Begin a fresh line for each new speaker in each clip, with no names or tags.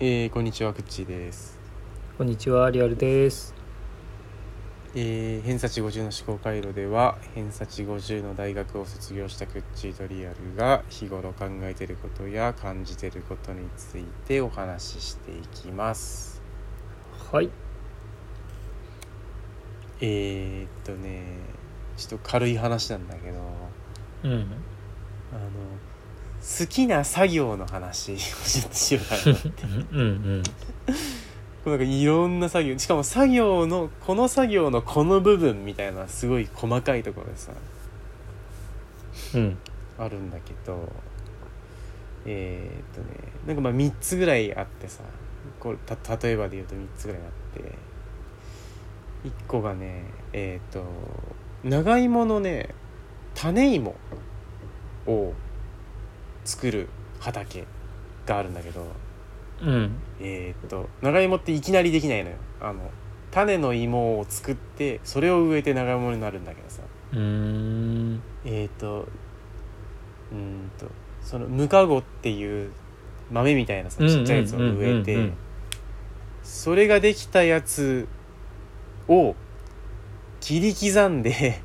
えー、こんにちはくっちーです、
こんにちは、リアルです。
えー、偏差値50の思考回路では偏差値50の大学を卒業したくっちーとリアルが日頃考えていることや感じていることについてお話ししていきます
はい。
えー、っとねちょっと軽い話なんだけど
うん。
あの好きな作業の話をちょっとしようかなと思って
うんうん。
こうなんかいろんな作業しかも作業のこの作業のこの部分みたいなすごい細かいところでさ
うん。
あるんだけどえーっとねなんかまあ3つぐらいあってさこれた例えばで言うと3つぐらいあって1個がねえーっと長芋のね種芋を作る畑があるんだけど
うん。
えーっと長芋っていきなりできないのよあの種の芋を作ってそれを植えて長芋になるんだけどさ
うーん。
えーっとうーんとそのムカゴっていう豆みたいなさ
うんうん
ちっちゃいやつを植え
うんうんう
て
ん
それができたやつを切り刻んで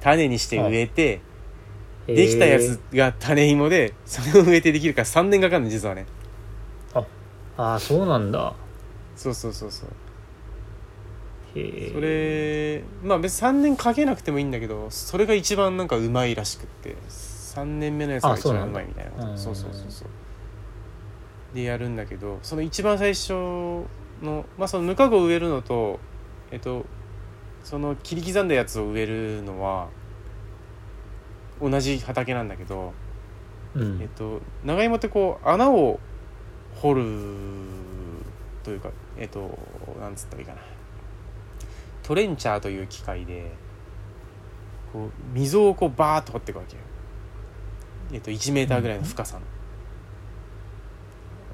種にして植えてできたやつが種芋でそれを植えてできるから3年かかるの実はね
へー。ああ、そうなんだ。
そうそうそうそう
へえ。
そ。れまあ別に3年かけなくてもいいんだけどそれが一番なんかうまいらしくって3年目のやつが
あ
一
そうな
番うんま
だ
いみたいなこと
うん
そうそうそうそうでやるんだけどその一番最初のまあそのムカゴを植えるのとえっとその切り刻んだやつを植えるのは同じ畑なんだけど、
う
えっ
ん。
と、長芋ってこう穴を掘るというかえっとなんつったらいいかなトレンチャーという機械でこう溝をこうバーッと掘っていくわけよ、えっと、1メーターぐらいの深さの、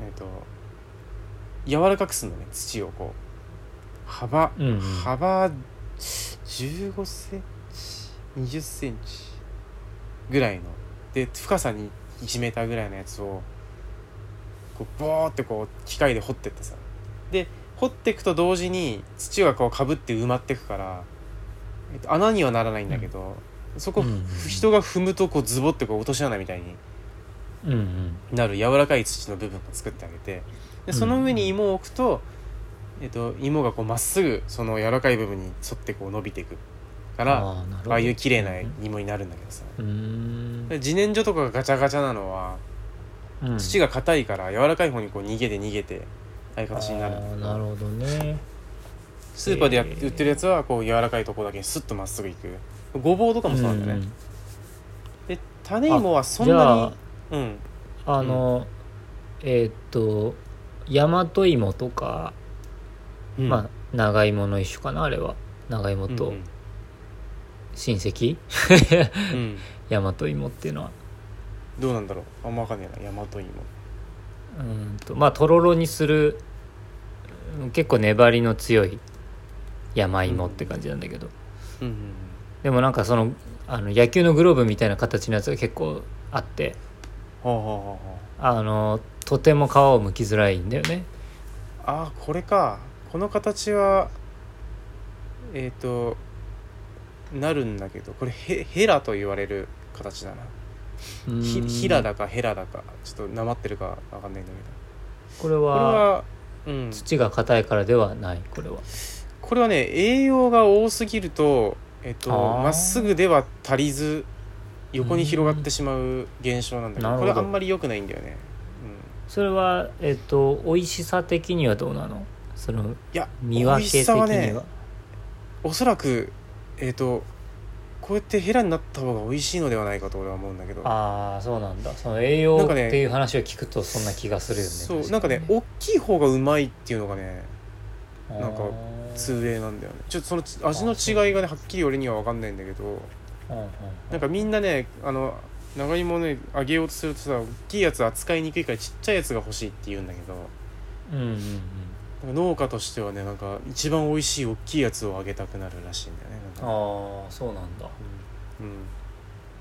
えっと柔らかくするのね土をこう幅、
うんうん
幅15センチ20センチぐらいので深さに1メーターぐらいのやつをこうボーってこう機械で掘ってってさで掘っていくと同時に土がこうかぶって埋まってくから、えっと、穴にはならないんだけど、そこ、
うんうんうん
人が踏むとこうズボってこう落とし穴みたいに
うんうん。
なる柔らかい土の部分を作ってあげてでその上に芋を置くと、えっと、芋がこうまっすぐその柔らかい部分に沿ってこう伸びていくから
あー、なるほど。
ああいう綺麗な
う
芋になるんだけどさ
ん。
で自然薯とかがガチャガチャなのは
うん
土が硬いから柔らかい方にこう逃げて逃げてああいう形になる
あ
んだ
ー
け
なる
ど
ほどね。
スーパーでやっ
へー
売ってるやつはこう柔らかいとこだけスッとまっすぐいくごぼうとかもそうなんだよね、
ん
で種芋はそん
じゃ
な
あ
にうん
あの、えーっと、大和芋とか、
うん
まあ、長芋の一種かな、あれは。長芋
うんう
と
ん
親戚、
うん
大和芋っていうのは。
どうなんだろうあんま分かんないな大和芋
うーんとまあとろろにするうん結構粘りの強い山芋って感じなんだけど、
うんうんうん
でもなんかそのあの野球のグローブみたいな形のやつが結構あって
はあはあは
あのとても皮を剥きづらいんだよね
あはああーこれかこの形はえっ、となるんだけどこれヘヘラと言われる形だな
うーん
ひヒラだかヘラだかちょっとなまってるかわかんないんだけどこ
これ
れ
は
はうん
土が硬いからではないこれは
これはね栄養が多すぎるとえっと
あー
まっすぐでは足りず横に広がってしまう現象なんだけど
うん
これ
なるほ
あ
ど
んまり良くないんだよね、
それはえっと美味しさ的にはどうなのその
うん、いや
見分
美味し
け的に
さ
は
はねおそらくえっ、とこうやってヘラになった方が美味しいのではないかと俺は思うんだけど
ああそうなんだその栄養
なん
っ
かね
ていう話を聞くとそんな気がするよね
そう
確
なんかね大きい方がうまいっていうのがねなんか
あー
通例なんだよねちょっとそのち味の違いがねはっきり俺には分かんないんだけど
うんうん
なんかみんなねあの長芋をね揚げようとするとさ大きいやつ扱いにくいからちっちゃいやつが欲しいって言うんだけど
うんうんうん
なんか農家としてはねなんか一番美味しい大きいやつをあげたくなるらしいんだよねなんか
ああそうなんだ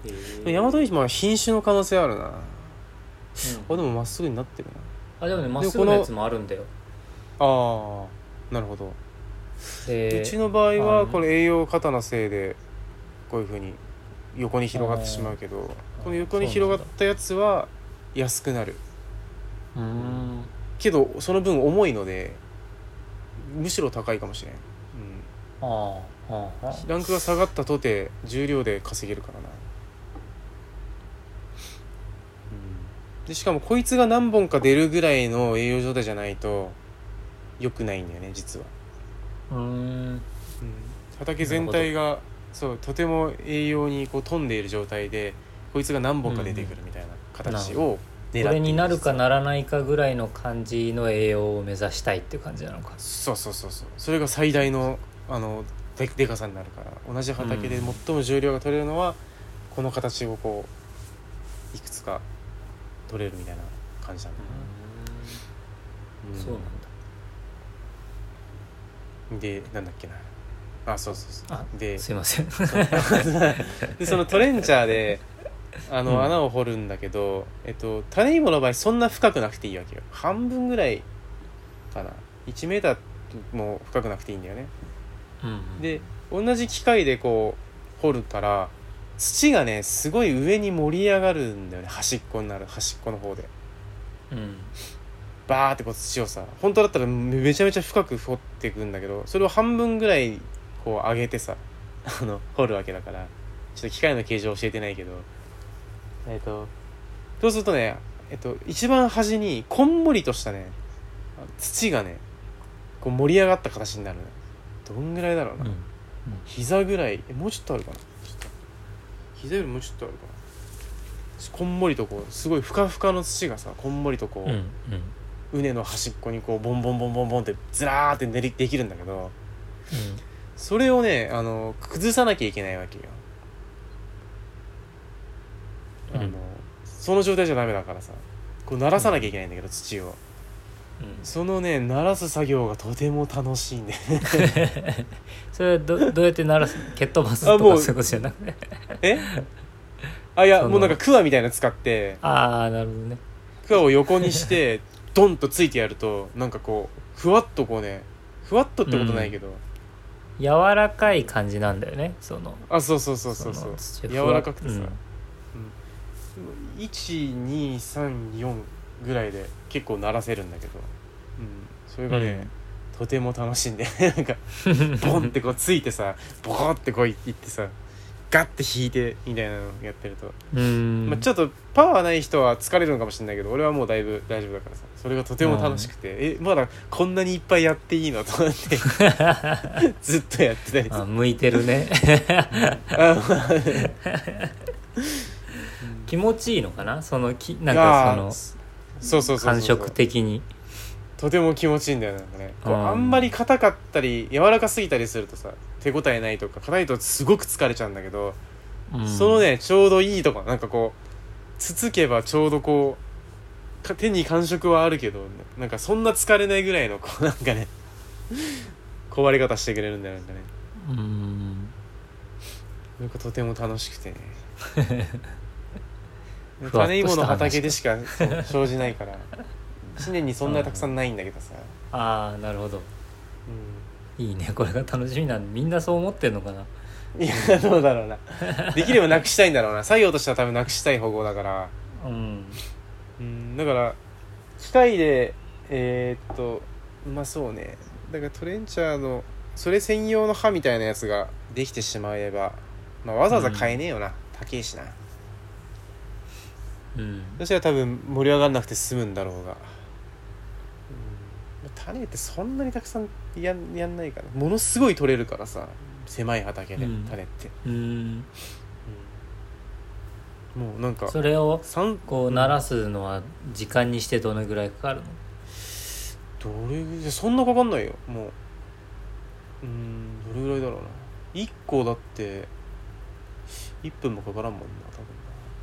うん
へ
うん、
え
大和芋は品種の可能性あるなあ
う
でもまっすぐになってるな
あでもねまっすぐのやつもあるんだよ
ああなるほど、
で
うちの場合
あ
は
の
これ栄養過多なせいでこういうふうに横に広がってしまうけどこの横に広がったやつは安くなる
うーん
けどその分重いのでむしろ高いかもしれん、う
あああああ
ん、ランクが下がったとて重量で稼げるからな、うん、でしかもこいつが何本か出るぐらいの栄養状態じゃないと良くないんだよね実は、
あうーん
うん、畑全体がそうとても栄養にこう富んでいる状態でこいつが何本か出てくるみたいな形を狙ってい
これになるか
な
ならないかぐらいの感じの栄養を目指したいっていう感じなのか
そうそうそうそうそれが最大のあのででかさになるから同じ畑で最も重量が取れるのは、この形をこういくつか取れるみたいな感じなんだな、うん
そうなんだ
でなんだっけなあそうそうそう
あ
です
いません
でそのトレンチャーであの、
うん
穴を掘るんだけど、えっと、種芋の場合そんな深くなくていいわけよ半分ぐらいかな1メーターも深くなくていいんだよね
うん
で同じ機械でこう掘るから土がねすごい上に盛り上がるんだよね端っこになる端っこの方で
うん
バーってこう土をさ本当だったらめめちゃめちゃ深く掘っていくんだけどそれを半分ぐらいこう上げてさあの掘るわけだからちょっと機械の形状教えてないけどえっ、とそうするとねえっと一番端にこんもりとしたね土がねこう盛り上がった形になるのどんぐらいだろうな、
うん
膝ぐらいえもうちょっとあるかなちょっと膝よりもうちょっとあるかなこんもりとこうすごいふかふかの土がさこんもりとこう、
うんうん
畝の端っこにこうボンボンボンボンボンってずらーって練りできるんだけどそれをねあの崩さなきゃいけないわけよ、
うん
あのその状態じゃダメだからさこう鳴らさなきゃいけないんだけど土を
うん
そのね鳴らす作業がとても楽しいんだよね
それはどどうやって鳴らす蹴っ飛ばす
あ
と
もう
かそういうことじゃなくて
えあいや
その
もうなんかクワみたいなの使って
ああなるほどね
クワを横にして ドンとついてやるとなんかこうふわっとこうねふわっとってことないけど、
柔らかい感じなんだよねその
あそうそうそうそうそ
の
う
土
柔らかくてさ、
うん
1234ぐらいで結構鳴らせるんだけど、うん、それがね、とても楽しいんで なんかボンってこうついてさボコってこういってさガッて引いてみたいなのやってると、
うん
まあ、ちょっとパワーない人は疲れるのかもしれないけど俺はもうだいぶ大丈夫だからさそれがとても楽しくて、えまだこんなにいっぱいやっていいのと思ってずっとやってたりする
あ向いてるね
あまあ
気持ちいいのかなそのきなん
あ
か
ー
そ
そうそうそうそう
の感触的に
とても気持ちいいんだよなんかねこう
うん
あんまり硬かったり柔らかすぎたりするとさ手応えないとか硬いとすごく疲れちゃうんだけど、
うん
そのねちょうどいいとこなんかこうつつけばちょうどこうか手に感触はあるけどなんかそんな疲れないぐらいのこうなん かね壊れ方してくれるんだよなんかね
うん
なんかとても楽しくてね
ふわっと
種芋
した話
の畑でしかそう生じないから 一年にそんなたくさんないんだけどさ、
ああなるほど
うん
いいねこれが楽しみなんみんなそう思ってんのかない
やどうだろうなできればなくしたいんだろうな作業としては多分なくしたい方向だから
うん
うんだから機械でえーっとまあそうねだからトレンチャーのそれ専用の刃みたいなやつができてしまえば、まあ、わざわざ買えねえよな、高えしな
うん
そしたら多分盛り上がんなくて済むんだろうが、うん種ってそんなにたくさんやんやんないからものすごい取れるからさ狭い畑で
うん
種って、
うん
うんもうなんか
それを
三
こう鳴らすのは時間にしてどのぐらいかかるの
どれぐらいそんなかかんないよもううーんどれぐらいだろうな1個だって1分もかからんもんな多分なやっ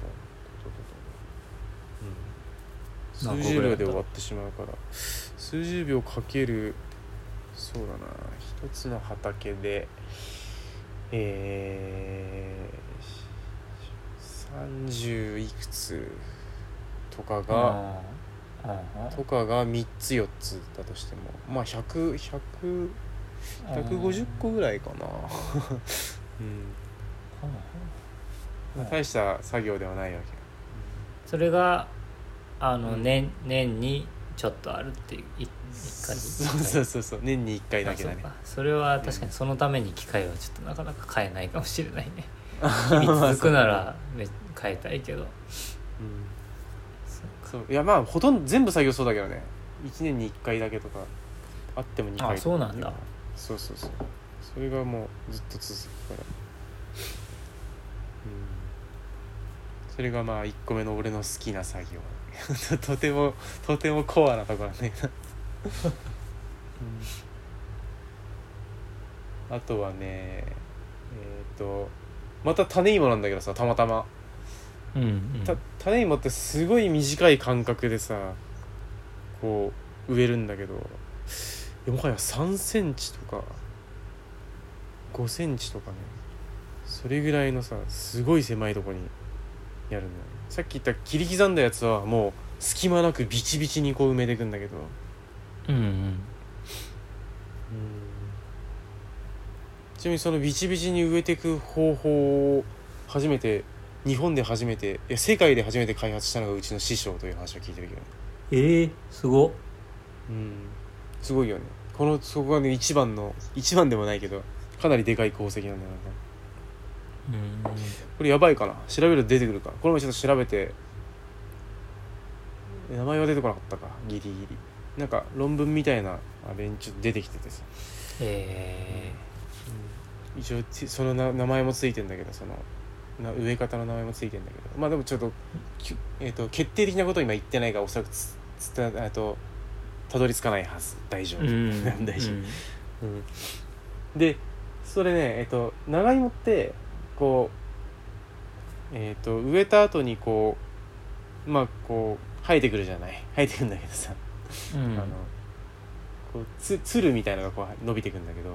ぱうん
何
数
個
十
ぐらいだ
秒
った
で終わってしまうから数十秒かけるそうだな一つの畑でえー、30いくつとかが、
あ
とかが3つ4つだとしてもまあ100150 150個ぐらいかな、うんまあ大した作業ではないわけ
それがあの、
うん
年年にちょっとあるっていうい一
そ
回
うそうそうそう年に1回だけだね
あそうかそれは確かにそのために機械はちょっとなかなか変えないかもしれないね 日々続くならめ変えたいけど
うん
そうか
そういやまあほとんど全部作業そうだけどね1年に1回だけとかあっても2回
あそうなんだ
そうそうそうそれがもうずっと続くからうんそれがまあ1個目の俺の好きな作業 ととてもとてもコアなところね、うん、あとはねえっ、とまた種芋なんだけどさたまたま
うんうん
た種芋ってすごい短い間隔でさこう植えるんだけどいやもはや3センチとか5センチとかねそれぐらいのさすごい狭いとこにやるんだよさっき言った切り刻んだやつはもう隙間なくビチビチにこう埋めていくんだけど
うんうん
ちなみにそのビチビチに植えていく方法を初めて日本で初めていや世界で初めて開発したのがうちの師匠という話を聞いてるけど、
ええすごっ
うん、すごいよねこのそこがね一番の一番でもないけどかなりでかい功績なんだよな
うん
これやばいかな調べると出てくるかこれもちょっと調べて名前は出てこなかったかギリギリなんか論文みたいなあれにちょっと出てきててさ
え
一応ちそのな名前もついてんだけどそのな植え方の名前もついてんだけどまあでもちょっと,きゅ、えー、と決定的なことを今言ってないからおそらくつつたえーとたどり着かないはず大丈
え
夫、
う ん
大事
うん
うんでそれねえっ、と長芋ってこうえっ、と植えた後にこうまあこう生えてくるじゃない生えてくるんだけどさ、
うん
あのこうつつるみたいなのがこう伸びてくんだけど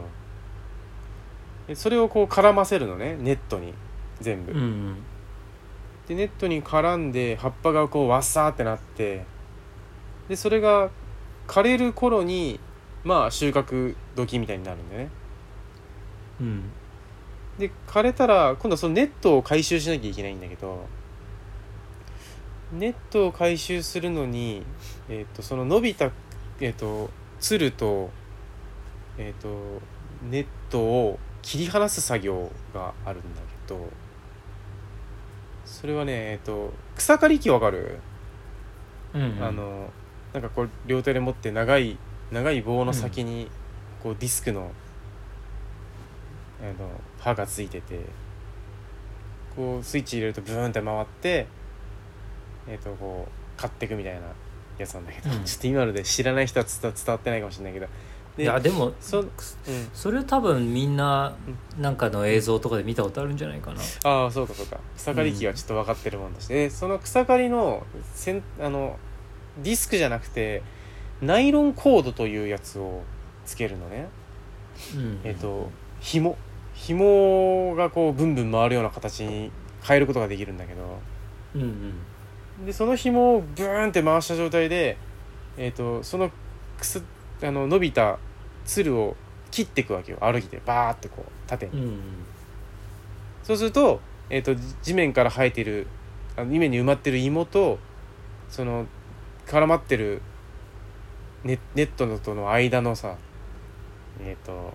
でそれをこう絡ませるのねネットに全部、
うんうん
でネットに絡んで葉っぱがこうワッサーってなってでそれが枯れる頃にまあ収穫時みたいになるんだよね
うん
で枯れたら今度はそのネットを回収しなきゃいけないんだけどネットを回収するのに、えっとその伸びた、えっとつると,、えっとネットを切り離す作業があるんだけどそれはね、えっと草刈り機わかる、
うん
あのなんかこう両手で持って長い長い棒の先にこうディスクの,、あの刃がついててこうスイッチ入れるとブーンって回ってえっ、とこう買ってくみたいなやつなんだけど、
うん
ちょっと今ので知らない人は伝伝わってないかもしれないけど
いやでも
そうん
それ多分みんななんかの映像とかで見たことあるんじゃないかな
ああそうかそうか草刈り機はちょっと分かってるもんだし、でその草刈りのせんあのディスクじゃなくてナイロンコードというやつをつけるのね
うん
えっ、と紐紐がこうブンブン回るような形に変えることができるんだけど
うんうん
でその紐をブーンって回した状態で、えっとそのくすあの伸びたつるを切っていくわけよ歩きでバーってこう縦に
うん
そうすると,、えー、とじ地面から生えてるあの地面に埋まってる芋とその絡まってるネネットのとの間のさえっ、と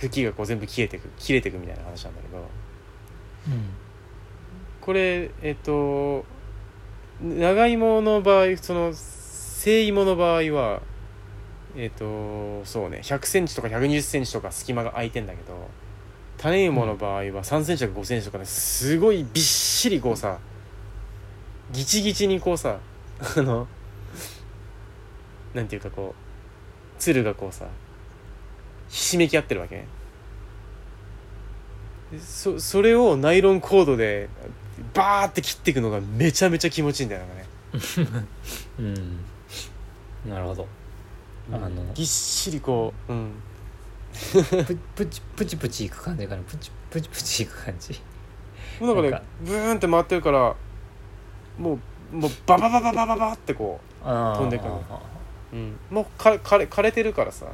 茎がこう全部消えてく切れてくみたいな話なんだけど
う
これえっ、と長芋の場合その生芋の場合はえっ、とそうね1 0 0ンチとか1 2 0ンチとか隙間が空いてんだけど種芋の場合は3センチとか5センチとかねすごいびっしりこうさギチギチにこうさあのなんていうかこうつるがこうさひしめき合ってるわけねでそそれをナイロンコードでバーって切っていくのがめちゃめちゃ気持ちいいんだよなんかね
んうんなるほどあの
ぎっしりこう、うん、
ププチプチプチいく感じかなプチプチプチいく感じ
もうなんかね
なんか
ブーンって回ってるからもうもうバババババババってこ
飛
飛んでくるう、うん、もうか枯れ枯れてるからさ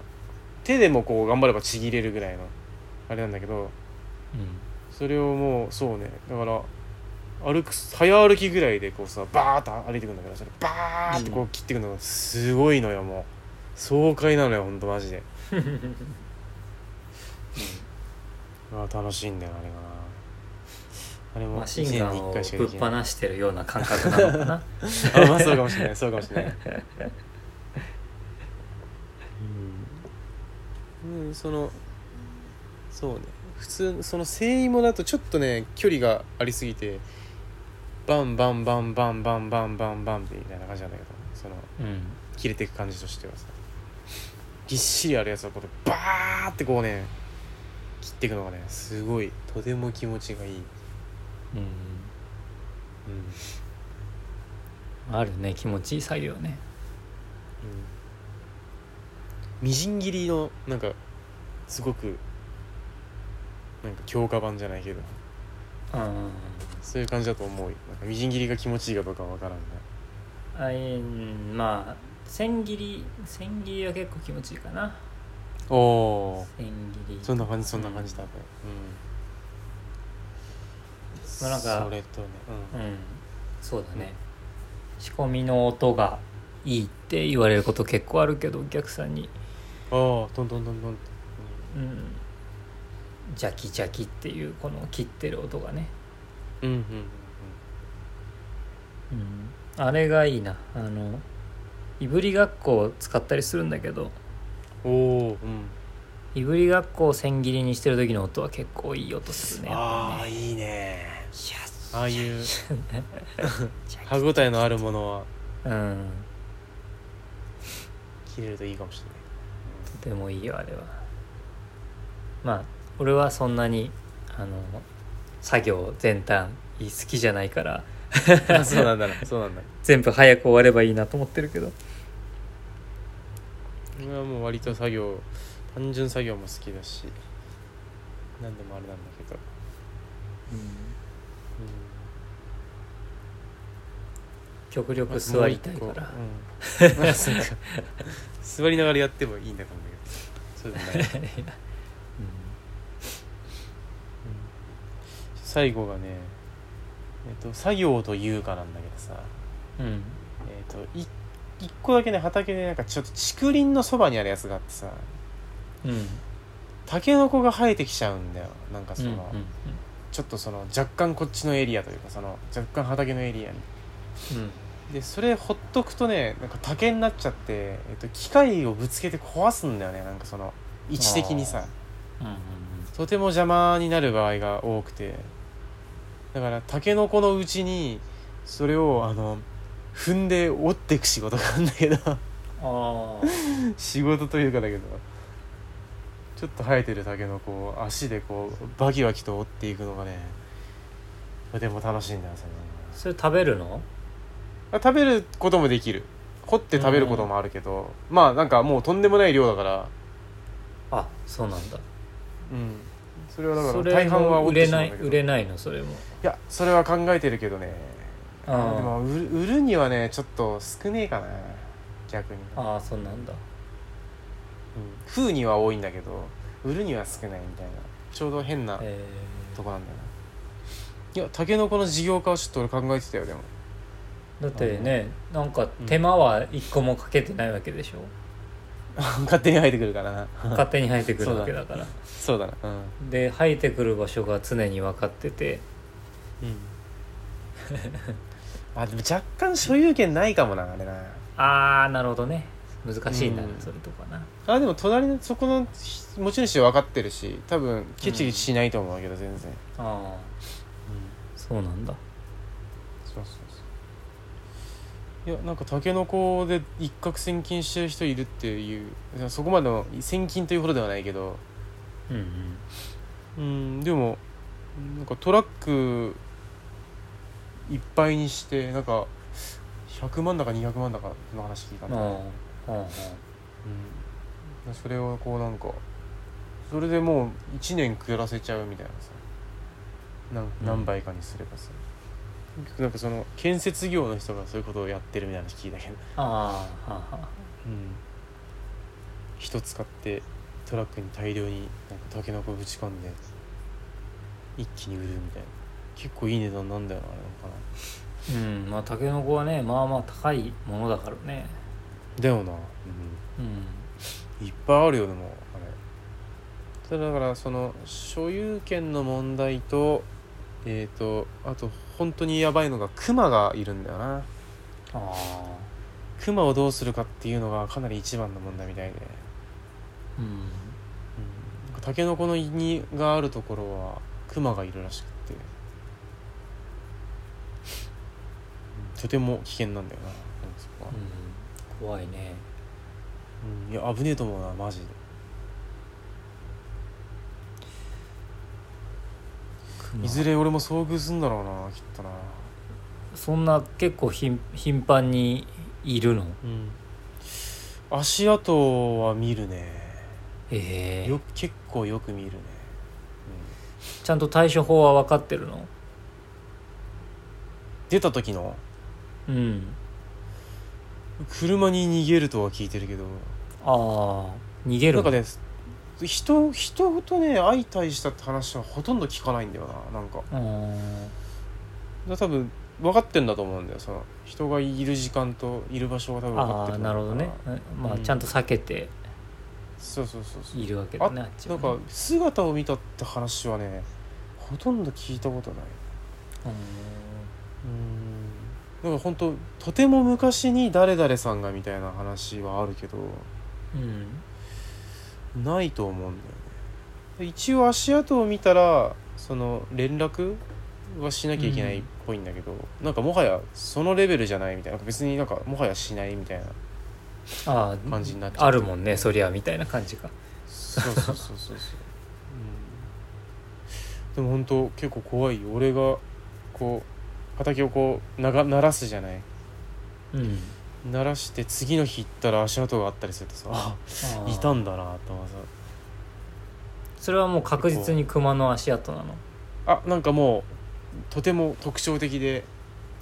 手でもこう頑張ればちぎれるぐらいのあれなんだけどそれをもうそうねだから歩く早歩きぐらいでこうさバーッと歩いてくんだけどそれバーッてこう切ってくのがすごいのよもう爽快なのよほんとマジで、 うん、あー楽しいんだよあれがなあれも
マシンガン
一
をぶ
回
っ
しかできない
放してるような感覚なのかな
あまあそうかもしれないそうかもしれないうん、うん、そのそうね普通のその繊維もだとちょっとね距離がありすぎてバンバンバンバンバンバンバンバンってみたいな感じなんだけどその
うん
切れていく感じとしてはさぎっしりあるやつをこうバーってこうね切っていくのがねすごいとても気持ちがいい、
うん
うん、
あるね気持ちいい作業ね
うんみじん切りのなんかすごくなんか強化版じゃないけど
うん
そういう感じだと思うよなんかみじん切りが気持ちいいかどうかは分からんが
あいうんまあ千切り千切りは結構気持ちいいかな
おお
千切り
そんな感じそんな感じ多分うん、
まあなんか
それとね
う
うん
んそうだね仕込みの音がいいって言われること結構あるけどお客さんに、
ああトントントントンって
うん、ジャキジャキっていうこの切ってる音がね、
うんうんうん
うん、あれがいいなあのいぶりがっこを使ったりするんだけど
うんおおーうん
いぶりがっこを千切りにしてる時の音は結構いい音するね
あ
やっぱ
あ
ね
いいね
シャッ
ああ いう
シ ャ
歯
ッ
応えのあるものは
うん
切れるといいかもしれない
とてもいいよあれはまあ俺はそんなにあの作業全体好きじゃないから
あ そうなんだなそうなんだ
全部早く終わればいいなと思ってるけど
俺はもう割と作業単純作業も好きだし何でもあれなんだけど、
極
うん
力座りたいか
もう一
ら
個うん あそうか座りながらやってもいいんだと思うんだけどそうでもない 最後がねえっと作業というかなんだけどさ
うん、うん
えっとい一個だけね畑でなんかちょっと竹林のそばにあるやつがあってさ
うん
タケノコが生えてきちゃうんだよなんかその、
うんうん
ちょっとその若干こっちのエリアというかその若干畑のエリアに
うん
でそれほっとくとねなんか竹になっちゃって、えっと、機械をぶつけて壊すんだよねなんかその位置的にさ
うん
とても邪魔になる場合が多くてだからタケノコのうちにそれをあの踏んで折っていく仕事があるんだけど
あ
仕事というかだけどちょっと生えてるタケノコを足でこうバキバキと折っていくのがねとても楽しいんだよそれ
あそれ食べるの
あ食べることもできる掘って食べることもあるけど、まあなんかもうとんでもない量だから
あそうなんだ
うんそれはだか
そ
ら
れ
大半は
も売れ
しま
な
うん
い
だけど
売れないのそれも
いやそれは考えてるけどねで
あー
も売る売るにはねちょっと少ねえかな逆に、うん、
ああそうなんだ
風には多いんだけど売るには少ないみたいなちょうど変な
え
とこなんだよないやタケノコの事業化はちょっと俺考えてたよでも
ー、だってねなんか手間は一個もかけてないわけでしょ、
勝手に生えてくるからな
勝手に生えてくるわけだ から
そうだなうん、うん、
で生えてくる場所が常に分かってて
あでも若干所有権ないかもなあれな
ああなるほどね難しいな、
うん
それとかな
あでも隣のそこの持ち主は分かってるし多分ケチしないと思うけど全然、
ああそうなんだ
そうそうそういやなんかタケノコで一攫千金してる人いるっていうそこまでの千金というほどではないけど
うんう
う
ん
んでもなんかトラックいっぱいにしてなんか100万だか200万だかの話聞いた
あ
んだけど
ああ
うん、それをこうなんかそれでもう1年暮らせちゃうみたいなさなん
うん
何倍かにすればさ、なんかその建設業の人がそういうことをやってるみたいな話聞いたけど、
ああはあはあ
うん、人使ってトラックに大量になんかタケノコぶち込んで一気に売るみたいな結構いい値段なんだよなあれなのか
うんまあタケノコはねまあまあ高いものだからね
なだよな、
うん
うん、いっぱいあるよでもあれそれだからその所有権の問題とえっ、とあと本当にやばいのがクマがいるんだよな
ああ
クマをどうするかっていうのがかなり一番の問題みたいで
うん
うんなんかタケノコの胃にがあるところはクマがいるらしくってうんとても危険なんだよななんかそこは、
うん怖いね
うん、いや危ねえと思うなマジで
熊
いずれ俺も遭遇すんだろうなきっとな
そんな結構ひん頻繁にいるの
うん足跡は見るね
ええ
よ結構よく見るね、
ちゃんと対処法は分かってるの
うん、出た時の
うん
車に逃げるとは聞いてるけど
ああ逃げ
な
る
ん
の
かね人人とね相対したって話はほとんど聞かないんだよななんかだか
うん
ら多分分かってんだと思うんだよその人がいる時間といる場所が多分分かっ
あ
て
あ
る
なるほどねま
う
あ
ん
ちゃんと避けて
そうそうそうそう
いるわけだねあっち
な
は
ん
ね
か姿を見たって話はねほとんど聞いたことない
うん
うんなんか本当とても昔に誰々さんがみたいな話はあるけど
うん
ないと思うんだよねで一応足跡を見たらその連絡はしなきゃいけないっぽいんだけど、なんかもはやそのレベルじゃないみたいな別になんかもはやしないみたいな
ああ
感じになっちゃう
あるもんねそりゃみたいな感じか
そうそう そうそうそう、うん、でも本当結構怖いよ俺がこう畑をこうなが鳴らすじゃない
うん
鳴らして次の日行ったら足跡があったりするとさあ
ああ
いたんだなと思ってさ
それはもう確実に熊の足跡なの
あなんかもうとても特徴的で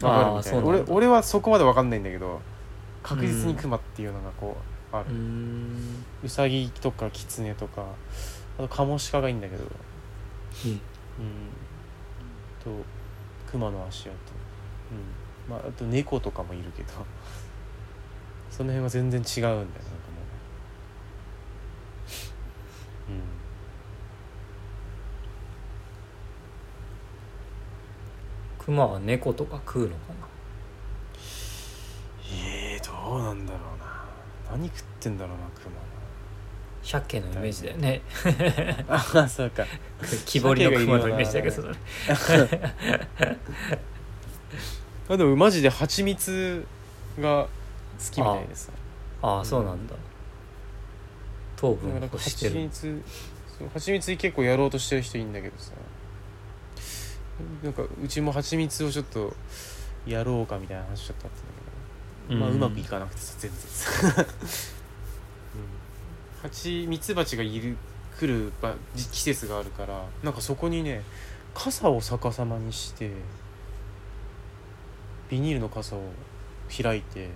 わかるみたい
あー
な
そう
俺
なんだ
俺はそこまでわかんないんだけど確実にクマっていうのがこうあ
う
る、
ーん
うさぎとかキツネとかあとカモシカがいいんだけどうんとクマの足跡うんまああと猫とかもいるけどその辺は全然違うんだよなんかもううん
熊は猫とか食うのかな
ええどうなんだろうな何食ってんだろうなクマ
鮭のイメージだよね
ああそうか
木彫りの熊のイメージだけどそれ
あでもマジで蜂蜜が好きみたいでさ
ああそうなんだ糖分
だか
を
ら
欲して
蜂
る
蜜そう蜂蜜結構やろうとしてる人いいんだけどさなんかうちも蜂蜜をちょっとやろうかみたいな話ちょっとあったんだけど、まあ、うまくいかなくてさ全然さ、うん、蜂蜜蜂がいる来るば季季節があるからなんかそこにね傘を逆さまにしてビニールの傘を開いて、えっ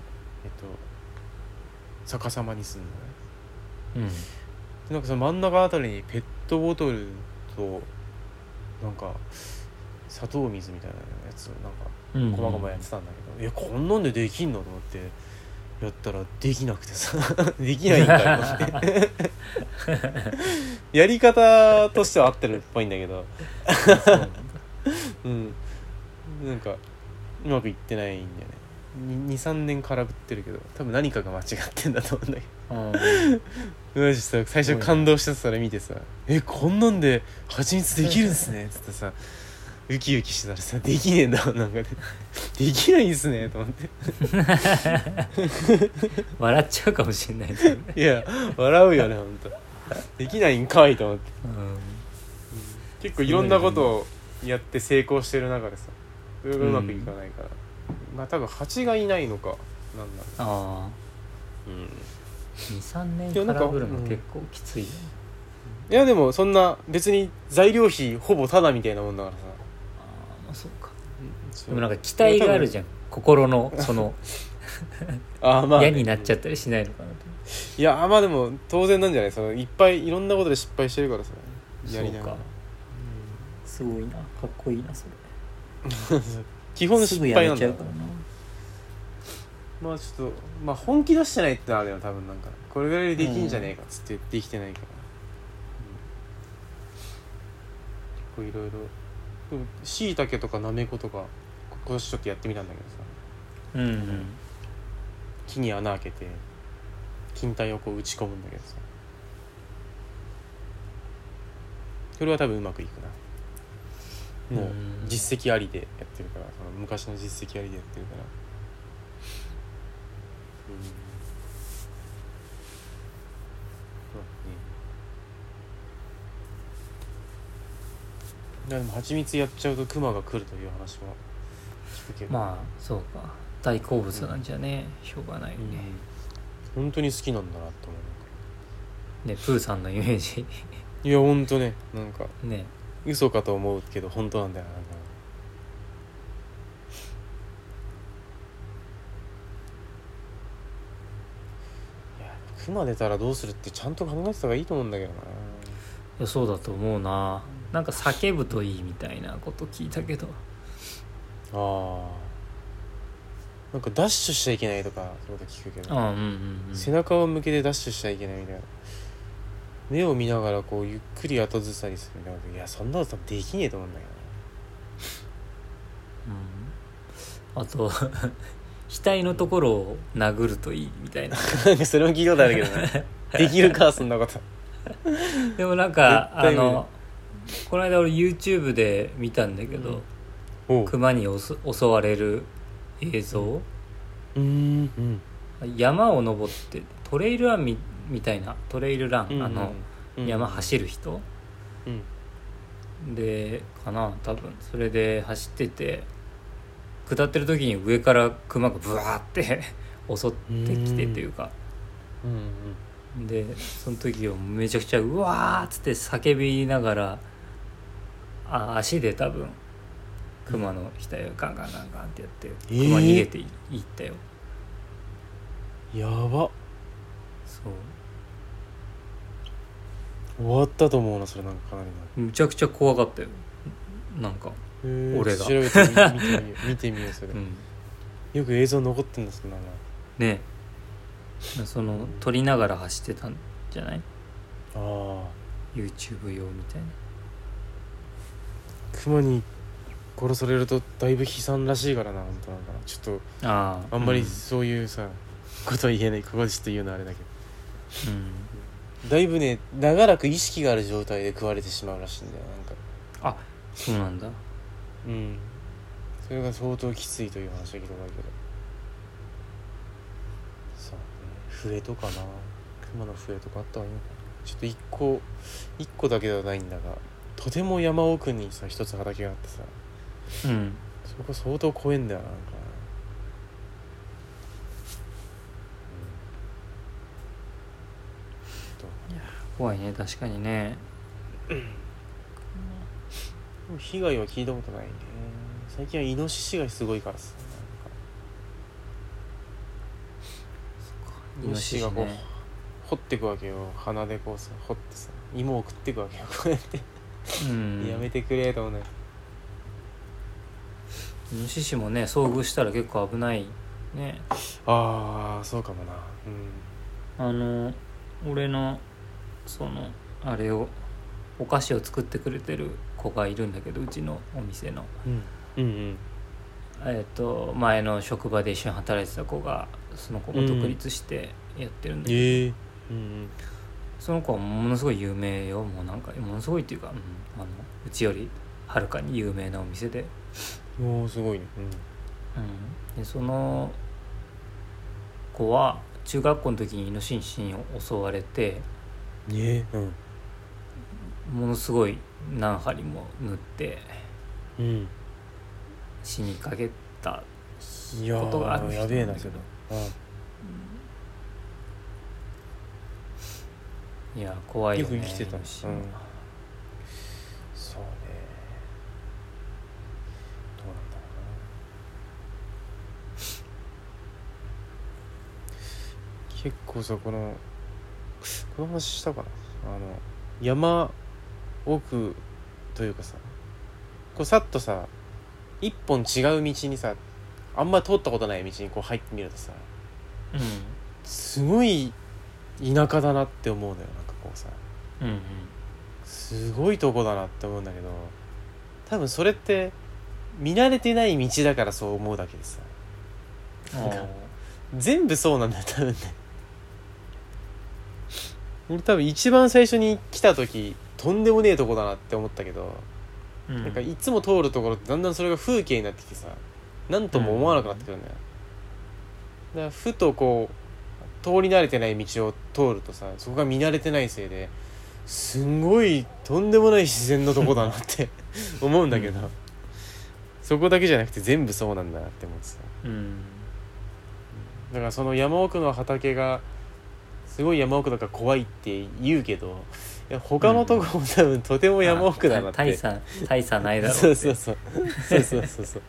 と、逆さまにするのね
うん
でなんかその真ん中あたりにペットボトルとなんか砂糖水みたいなやつをなんか
うん
細々やってたんだけど、えこんなんでできんのと思ってやったらできなくてさ できないんだと思って やり方としては合ってるっぽいんだけど
そうなんだ
うんなんかうまくいってないんだよね23年空振ってるけど多分何かが間違ってんだと思うんだけど
うん
マジさ最初感動してそれ見てさ「えこんなんで蜂蜜できるんすね」っつってさウキウキしてたらさ「できねえんだもんなんかね できないんすね」と思って
笑っちゃうかもしれないですよね
いや笑うよねほんとできないんかいと思って
うん
結構いろんなことをやって成功してる中でさそれがうまくいかないから、まあ多分蜂がいないのかなんだろ
ああ
う、うん、
23年
いやなんか
空振るの結構きついよね
いやでもそんな別に材料費ほぼタダみたいなもんだからさ
ああまあそうかでもなんか期待があるじ
ゃん
ゃん 心のその
あーまあね
嫌になっちゃったりしないのかなと
いやまあでも当然なんじゃないそのいっぱいいろんなことで失敗してるからさやりながら
そうかすごいなかっこいいなそ
基
れ
本失敗なんだよ
すぐやめちゃうからな
まあちょっとまあ本気出してないってのはあるよ多分なんかこれぐらいでできんじゃねえかっつってできてないから、うん結構いろいろでもしいたけとかなめことかこ今年ちょっとやってみたんだけどさ
うんうん
木に穴開けて金体をこう打ち込むんだけどさそれは多分うまくいくなもう
うん
実績ありでやってるからその昔の実績ありでやってるからうんそうだねいやでも蜂蜜やっちゃうとクマが来るという話は聞くけど
まあそうか大好物なんじゃね、しょうがないよ
うん
ね、
本当に好きなんだなって思う
ねプーさんのイメージ
いやほんとねなんか
ね
嘘かと思うけど本当なんだよななんかいや熊出たらどうするってちゃんと考えてた方がいいと思うんだけどない
やそうだと思うななんか叫ぶといいみたいなこと聞いたけど
あーなんかダッシュしちゃいけないとかそういうこと聞くけど
ああうんうん、うん、
背中を向けてダッシュしちゃいけないみたいな目を見ながらこうゆっくり後ずさりするみたいなこといやそんなこと多分できねえと思うんだけどな
うんあと 額のところを殴るといいみた いな
なんかそれも聞いたことあるけどね できるかそんなこと
でもなんか
絶
あ
対無理
のこの間俺 YouTube で見たんだけど、
おう
熊に襲襲われる映像、
うんうん
山を登ってトレイルランみみたいなトレイルラン、
うん
あの、
うん
山走る人
うん
でかな多分それで走ってて下ってる時に上から熊がブワーって 襲ってきてというか、
うん
でその時をめちゃくちゃうわーっつって叫びながらあ足で多分熊の額をガンガンガンガンってやって
えー
熊逃げていいったよ、
うんやば
そう
終わったと思うなそれなんかかなりな
むちゃくちゃ怖かったよなんか、
へー
俺が
調べてみ見てみよ う見てみようそれ、
うん、
よく映像残ってんだそんなの
ねその撮りながら走ってたんじゃない
ああ
YouTube 用みたいな
熊に殺されるとだいぶ悲惨らしいからな本当なんかちょっ
あ
とあんまりそういうさ、ことは言えないここでちょっと言うのはあれだけど
うん、
だいぶね長らく意識がある状態で食われてしまうらしいんだよなんか
そうなんだ
うんそれが相当きついという話は聞いたことあるけどそうね笛とかな熊の笛とかあった方がいいのかなちょっと一個一個だけではないんだがとても山奥にさ一つ畑があってさ
うん
そこ相当怖えんだよななんかな
怖いね確かにね
うんでも被害は聞いたことないね最近はイノシシがすごいからさなんかイノシシがこう、
ね
掘ってくわけよ鼻でこうさ掘ってさ芋を食ってくわけよこうやって、
うん
やめてくれと思うね
イノシシもね遭遇したら結構危ないね
ああそうかもなうん
あの俺のそのあれをお菓子を作ってくれてる子がいるんだけどうちのお店の
うんうん
えっと前の職場で一緒に働いてた子がその子が独立してやってるんだけど、
ええうん
その子はものすごい有名よもうなんかものすごいっていうか、うんあのうちよりはるかに有名なお店で,、
うんおーすごいね
うん、でその子は中学校の時にイノシシに襲われて
うんええうん
ものすごい何針も縫って
うん
死にかけた
いやー
ことがある人
やべえ
なん
な
だ
そ
け
れ
ど
あ
いや怖いよね
よく生きてた
イノシシも
うんそうねどうなんだろう結構さこのこの話したかなあの山奥というかさこうさっとさ一本違う道にさあんま通ったことない道にこう入ってみるとさすごい田舎だなって思うのよなんかこうさ
うんうん
すごいとこだなって思うんだけど多分それって見慣れてない道だからそう思うだけでさ
あー
全部そうなんだよ多分ね俺多分一番最初に来た時とんでもねえとこだなって思ったけど、
うん
なんかいつも通るところってだんだんそれが風景になってきてさ何とも思わなくなってくるんだよ、だからふとこう通り慣れてない道を通るとさそこが見慣れてないせいですんごいとんでもない自然のとこだなって 思うんだけど、
うん
そこだけじゃなくて全部そうなんだなって思ってさ
うん
だからその山奥の畑がすごい山奥だから怖いって言うけどいや他のとこも多分とても山奥だな
あ
って、
大差大差ないだろうって
そうそうそうそうそうそうそう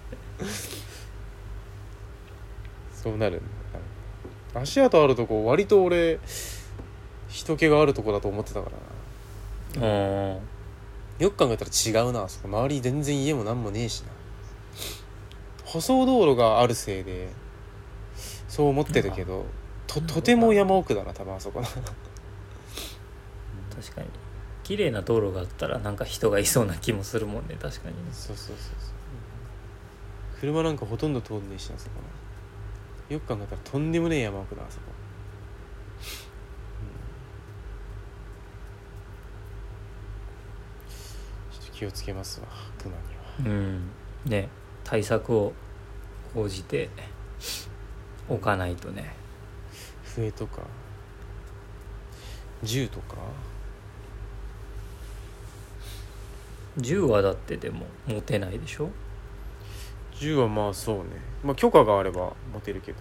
そうなる足跡あるとこ割と俺人気があるとこだと思ってたからな
うん
よく考えたら違うなあそこ周り全然家も何もねえしな舗装道路があるせいでそう思ってたけどととても山奥だな多分あそこな
確かに綺麗な道路があったらなんか人がいそうな気もするもんね確かに
そうそうそうそう車なんかほとんど通んねえしなあそこなよく考えたらとんでもねえ山奥だなあそこうんちょっと気をつけますわ熊には
うんね対策を講じておかないとね
笛とか銃とか
銃はだってでも持てないでしょ
銃はまあそうねまあ許可があれば持てるけど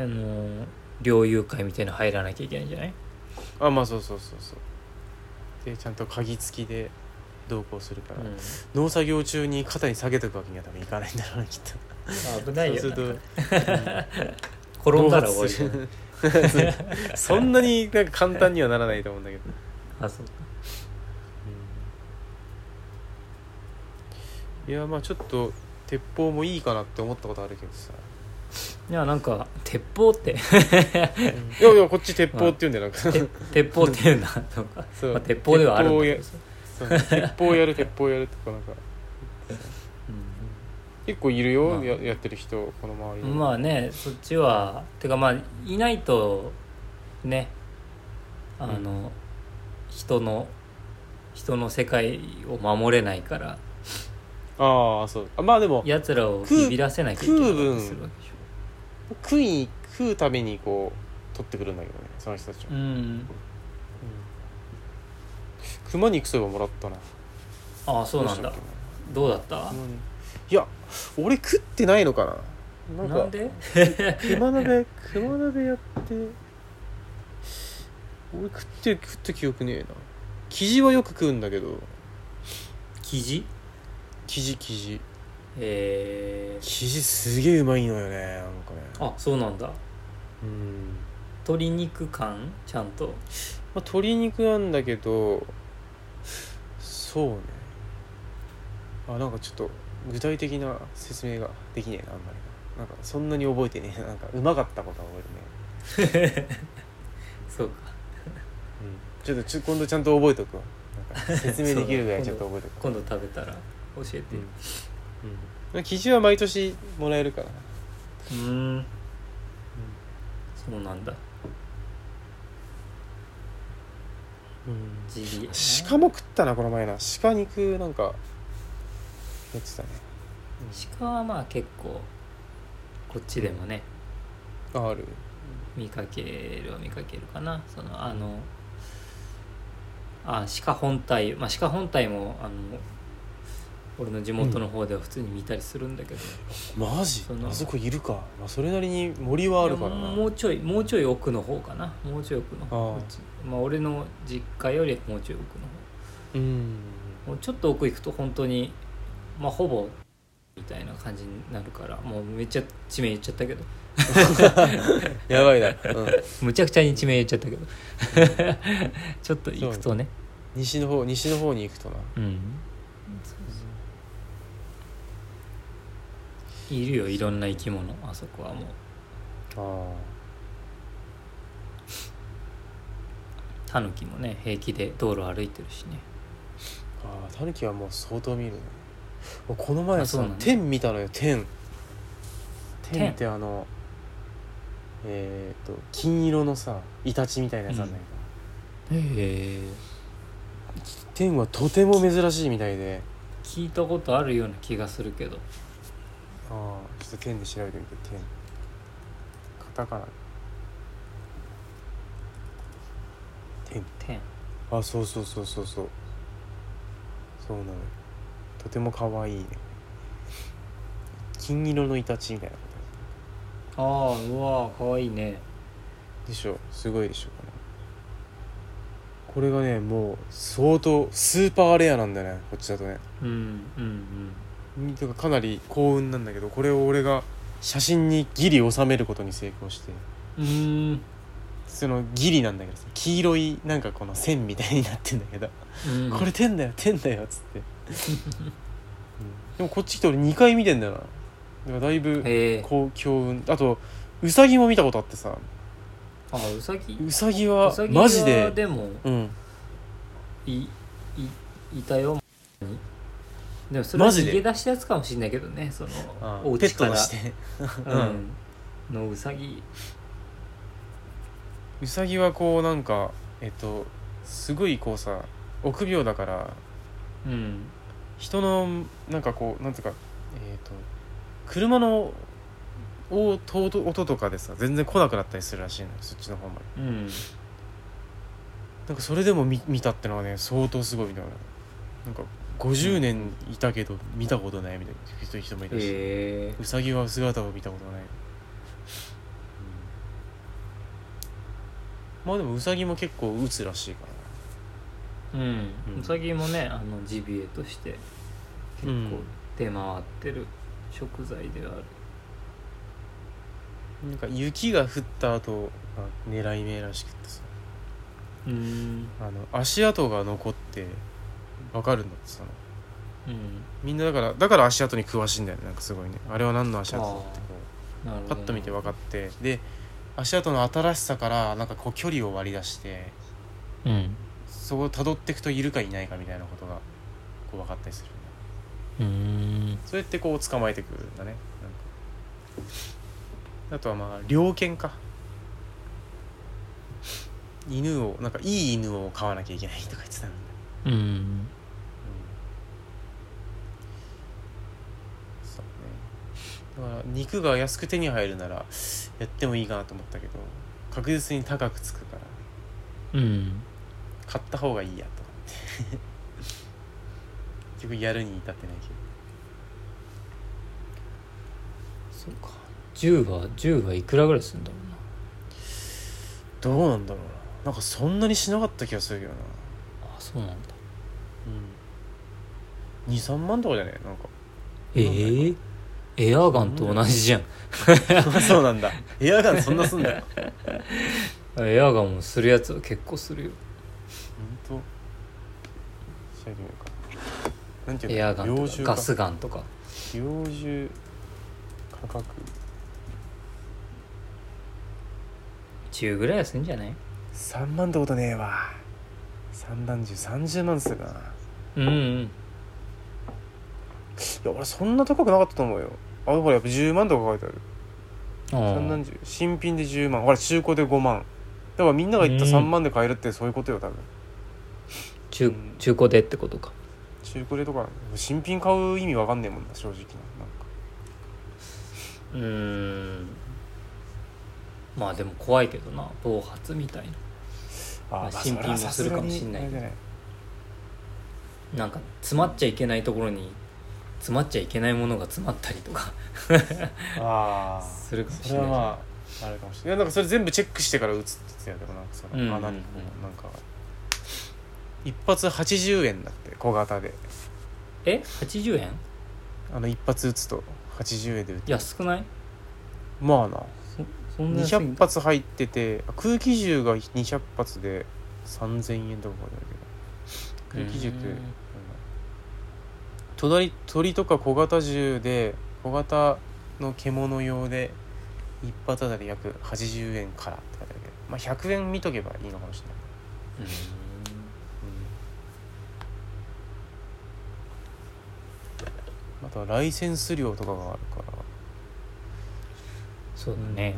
あの猟友会みたいなの入らなきゃいけないんじゃない
あまあそうそうそうそうでちゃんと鍵付きで同行するから、
う
農作業中に肩に下げとくわけには多分いかないんだろうなきっと
ん、危ないよ
そうす
なん
る
か
と
転んだら終わ
暴
りじゃない
発する そんなになんか簡単にはならないと思うんだけど、
あそうか
いやまあちょっと鉄砲もいいかなって思ったことあるけど さ
いやなんか鉄砲って
いやいやこっち鉄砲って言うんだよなんか
鉄鉄砲っていうんだとか、
そう
まあ、鉄砲ではあるんだけど
鉄
さ
そう鉄砲やる鉄砲やるとかなんか結構いるよ、
まあ
ややってる人この周り
う
に
ん、まあねそっちはてかまあいないとねあの、人の人の世界を守れないから
ああそうあまあでも
やつらをビビらせなきゃいけなかったりするわけでしょ
食いに食うためにこう取ってくるんだけどねその人たちは、
うん
熊肉そういえばもらったな
ああそうなんだ
どしたっ
どうだった
けな熊肉いや俺食ってないのかなな
なんん
か
で
熊鍋熊鍋やって俺食って食った記憶ねえな生地はよく食うんだけど
生地
生地生地
えー、
生地すげえうまいのよねなんかね
あそうなんだ
うん
鶏肉感ちゃんと
まあ、鶏肉なんだけどそうねあなんかちょっと具体的な説明ができねえなあんまりななんかそんなに覚えてねえな なんかうまかったことは覚え
そう
て
か
ね、うん、ちょっとちょ今度ちゃんと覚えとくわなん か説明できるぐらいちゃんと覚えとくわ
今度食べたら教えて
うんうん生地は毎年もらえるから
うーんそうなんだ
うん
ジビエ
鹿も食ったなこの前な鹿肉なんかやってたね
鹿はまあ結構こっちでもね
あある
見かけるは見かけるかなそのあのあ鹿本体まあ鹿本体もあの俺の地元の方では普通に見たりするんだけど、
マジ
その
あそこいるか、まあ、それなりに森はあるからな
もうちょいもうちょい奥の方かなもうちょい奥の
ああ
方こっちまあ俺の実家よりもうちょい奥の
うん
方もうちょっと奥行くと本当にまあほぼみたいな感じになるからもうめっちゃ地名言っちゃったけど
やばいな、うん、
むちゃくちゃに地名言っちゃったけど ちょっと行くとね
西の方西の方に行くとな
うんいるよいろんな生き物あそこはもう
あ
タヌキもね平気で道路歩いてるしね
ーあータヌキはもう相当見るねもうこの前
あそう
さ
なんだ
天見たのよ天
天
天ってあのえっ、と金色のさイタチみたいなやつあんだけど、
へえ
天はとても珍しいみたいで
聞いたことあるような気がするけど
ああちょっと天で調べてみて天カタカナ天
天
あそうそうそうそうそうそうなのよとても可愛いね金色のイタチみたいな
ああうわーかわいいね
でしょすごいでしょこれこれがねもう相当スーパーレアなんだよねこっちだとね
うんうん
んてかかなり幸運なんだけどこれを俺が写真にギリ収めることに成功して
うんうーん
そのギリなんだけどさ黄色いなんかこの線みたいになってんだけど、
うん
これ天だよ天だよっつって、うんでもこっち来て俺2回見てんだよなだからだいぶ
へえ
こう強運あとウサギも見たことあってさ
あウサギ
ウサギ
ウ
は
サギ
マジ
は
で
でも
うん
いいいたよでもそれは
マジ
逃
で
げ出したやつかもしれないけどねそのお
ペ
家
ッ
か
ト
ら
にして
うんのウサギ
ウサギはこうなんかえっとすごいこうさ臆病だから
うん
人のなんかこうなんていうかえっ、と車の音音音とかでさ全然来なくなったりするらしいのよそっちの方まで
うん
なんかそれでも見見たってのはね相当すごいみたいななんか50年いたけど見たことないみたいな人人もいたし、
へえ
ウサギは姿を見たことない、うんまあでもウサギも結構打つらしいからな
うん
うん
ウサギもねあのジビエとして結
うん
構出回ってる食材ではある
なんか雪が降った後が狙い目らしくってさ
うん
あの足跡が残ってわかるんだってその
うん
みんなだからだから足跡に詳しいんだよねなんかすごいねあれは何の足跡だってこ
なる
う
ほど
パッと見て分かってで足跡の新しさからなんかこう距離を割り出して
うん
そこを辿っていくといるかいないかみたいなことがこう分かったりするんだ
うん
それってこう捕まえてくるんだねなんかあとはまあ猟犬か犬をなんかいい犬を飼わなきゃいけないとか言ってたんだ
うん
そうねだから肉が安く手に入るならやってもいいかなと思ったけど確実に高くつくから
うん
買った方がいいやと 思って結局やるに至ってないけど
そうか銃は銃はいくらぐらいするんだろうな
どうなんだろうななんかそんなにしなかった気がするけどな
あそうなんだ
うん23万とかじゃねなんか
えー、エアガンと同じじゃん
そうなんだエアガンそんなすんだ よ
エアガンもするやつは結構するよ
ほんと調べてみようかなんていうの
エアガンと
猟
か
銃
ガ
か
スガンとか
猟銃価格
10ぐらいはするんじゃない
3万ってことねえわ3万十30万するかない
うんうん
や俺そんな高くなかったと思うよあほらやっぱ10万とか書いてある
あ
3万
ー
十新品で10万ほら中古で5万だからみんなが言った
うん
3万で買えるってそういうことよ多分
中中古でってことか
中古でとか新品買う意味わかんねえもんな正直ななんか
うーんまあでも怖いけどな暴発みたいまあ新品もするかもしんないけど
それはさすがにあれじゃない
ななんか詰まっちゃいけないところに詰まっちゃいけないものが詰まったりとか
ああ
するかもし
そ
れ
れ
な
はいまああるかもしれないいやなんかそれ全部チェックしてから打つって言ってたよでもなんかそ
うんうんう
の
ん
穴にこうなんか一発80円だって小型で
え80円
あの一発打つと80円で打って
安くない
まあな
そんな安いん
200
だ
発入っててあ空気銃が200発で3000円とか書いてあるけど空気銃って、
う
うんん、隣鳥とか小型銃で小型の獣用で一発当たり約80円からって書いてあるけど、まあ、100円見とけばいいのかもしれない、
うん
うん、あとはライセンス料とかがあるから
そうだね、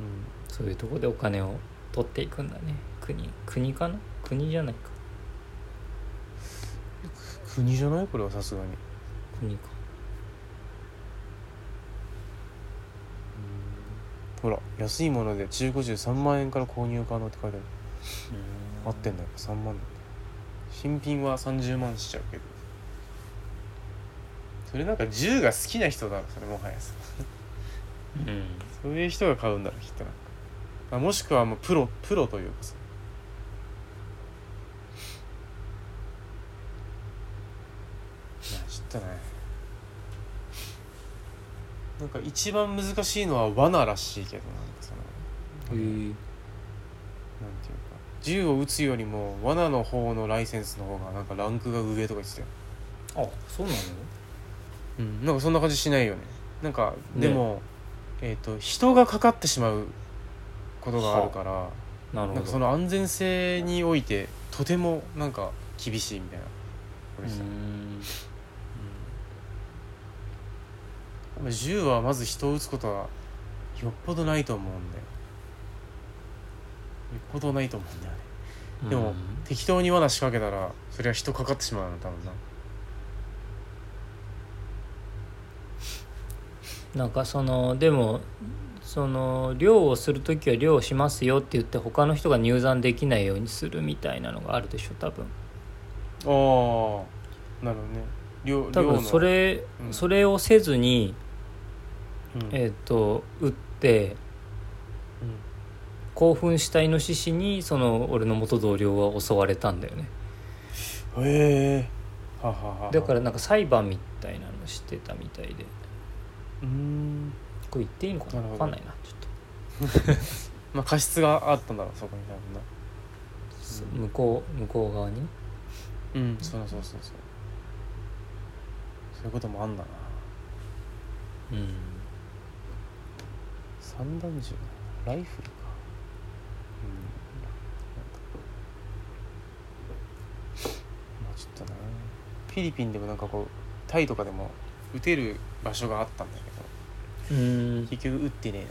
うんうん
そういうとこでお金を取っていくんだね国国かな国じゃないか
国じゃないこれはさすがに
国か
ほら安いもので中古銃3万円から購入可能って書いてある
うん
合ってんだよ3万なんだよ新品は30万しちゃうけどそれなんか銃が好きな人だろそれもはやさ
うん
そういう人が買うんだろきっとなんかあもしくはもうプロプロというかさいやちょっとねなんか一番難しいのは罠らしいけどなんかその
へえ
なんていうか銃を撃つよりも罠の方のライセンスの方がなんかランクが上とか言ってたよ、
あそうなの
うん、なんかそんな感じしないよねなんか
ね
でも、えっと人がかかってしまうことがあるからな
なる
ん
ほ
か
ど
その安全性においてとてもなんか厳しいみたいなこ
う
れさ、
ん
うん銃はまず人を撃つことはよっぽどないと思うんだよよっぽどないと思うんだよねでも
うん
適当に罠仕掛けたらそれは人かかってしまうの多分な
なんかそのでもその漁をする時は漁をしますよって言って他の人が入山できないようにするみたいなのがあるでしょ多分
ああなるほどね量
多
量の
分それ、
うん
それをせずに
うん
えっ、と打って
うん
興奮したイノシシにその俺の元同僚は襲われたんだよね
へえはははは
だからなんか裁判みたいなのしてたみたいで
うーん
これ言っていいのか
な
な
る
分
ほ
か
ど
んないなちょっと
まあ過失があったんだろうそこに多分な
す向こう向こう側に
うんそうそうそうそうそういうこともあんだな
うん
散弾銃ライフルかうんまあちょっとねフィリピンでもなんかこうタイとかでも撃てる場所があったんだけど
うん
結局打ってねえ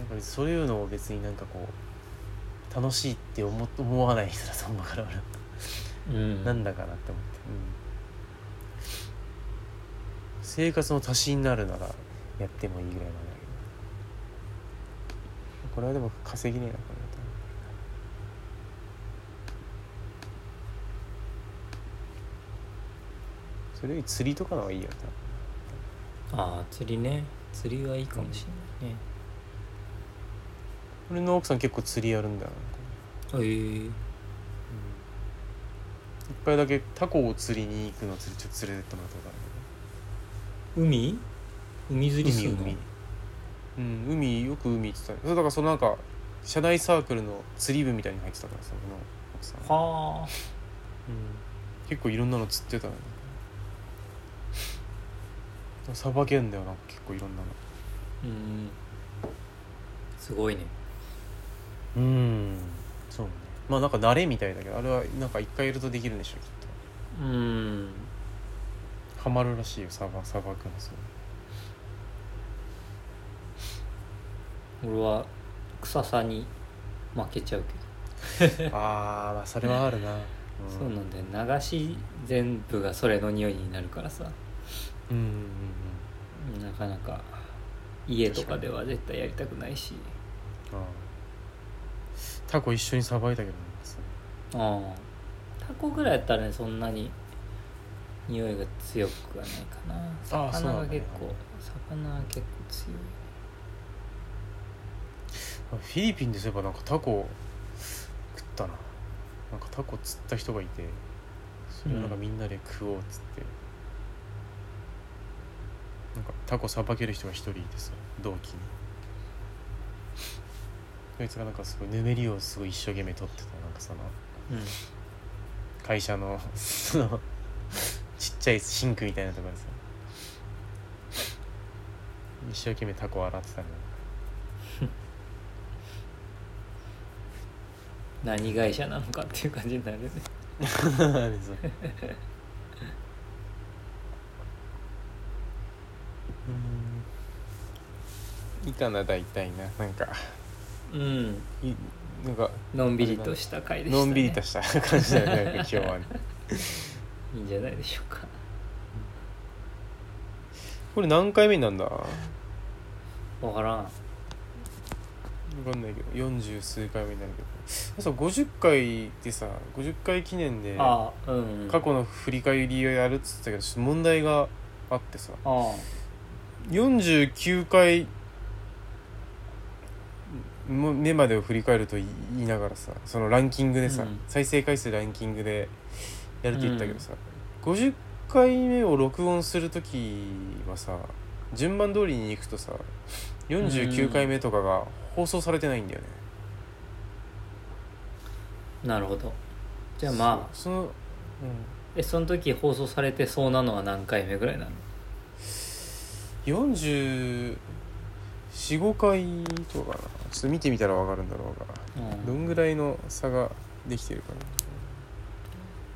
ななんかそういうのを別になんかこう楽しいって思っ思わない人だと思うから俺は
うん
なんだかなって思って、生活の足しになるならやってもいいぐらいなんだけどこれはでも稼ぎねえなこれだとそれより釣りとかの方がいいよ多分
ああ釣りね釣りはいいかもしれないね
俺の奥さん結構釣りやるんだよ
へえ
一回だけタコを釣りに行くの釣りちょっと連れてってもらったことあ
海海釣
る
りするの
海うん海よく海行ってたそうだからそのなんか社内サークルの釣り部みたいに入ってたからその奥さん、
はあ
うん、結構いろんなの釣ってたのよさばけんだよなんか結構いろんなの
うんすごいね
うんそうねまあなんか慣れみたいだけどあれはなんか一回やるとできるんでしょきっ
うん
とハマるらしいよさばさばくのそう
俺は臭さに負けちゃうけど、
あーまあそれはあるな、
そうなんだよ流し全部がそれの匂いになるからさ
うんうんうん
なかなか家とかでは絶対やりたくないし
うんああタコ一緒にさばいたけどね
ああタコぐらいやったらねそんなに匂いが強くはないかな
ああそう
魚
な
が
んだね
結構魚は結構強い
あフィリピンでそういえばなんかタコ食ったななんかタコ釣った人がいてそれをなんかみんなで食おうっつって、なんかタコさばける人が一人いてさ同期にそいつがなんかすごいぬめりをすごい一生懸命取ってたなんかその
うん
会社の そのちっちゃいシンクみたいなところでさ一生懸命タコ洗ってたのよ
何会社なのかっていう感じになるね
あれそううんいいかな大体ななんか
うん
いなんか
のんびりとした回でした、ね、
のんびりとした感じだよねなんか今日 はね
いいんじゃないでしょうか
これ何回目なんだわ
わからん
かんないけど40数回目になるけどそう50回でさ50回記念で
ああうん
過去の振り返りをやるっつってたけどちょっと問題があってさ
あ
49回も目までを振り返ると言いながらさそのランキングでさ、
うん
再生回数ランキングでやるって言ったけどさ、50回目を録音する時はさ順番通りに行くとさ49回目とかが放送されてないんだよね。
あなるほどじゃあまあ
そその、うん、
えその時放送されてそうなのは何回目ぐらいなの
445回とかかなちょっと見てみたら分かるんだろうがどんぐらいの差ができてるかな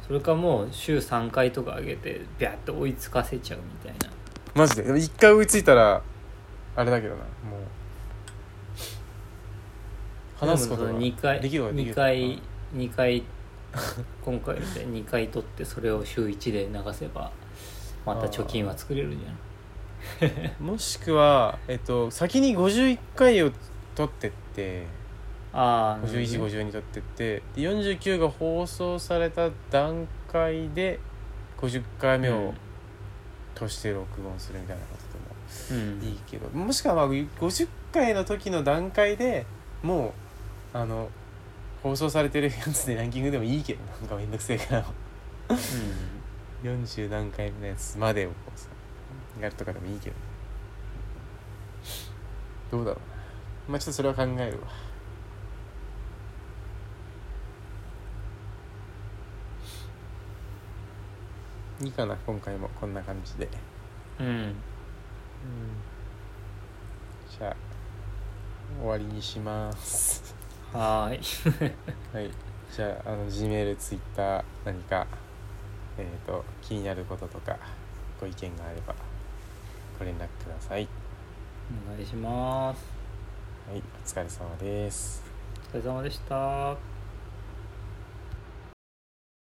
それかもう週3回とか上げてビャッと追いつかせちゃうみたいな
マジででも一回追いついたらあれだけどなもう話すことが
2回
できるわでき
2
る
回二回今回で2回取ってそれを週1で流せばまた貯金は作れるじゃん
もしくは、えっと、先に51回を取ってって
ああ
5152取ってってで49が放送された段階で50回目をとして録音するみたいなことでも
うん
いいけどもしくはまあ50回の時の段階でもうあの放送されてるやつでランキングでもいいけどなんかめんどくせえから40何回目のやつまでをこうさやるとかでもいいけどどうだろうまあちょっとそれは考えるわいいかな今回もこんな感じで。
うん、うん
じゃあ終わりにします。
はーい
はい。じゃああの G メール、ツイッター何かえっ、と気になることとかご意見があればご連絡ください。
お願いします
はい、お疲れ様です。
お疲れ様でした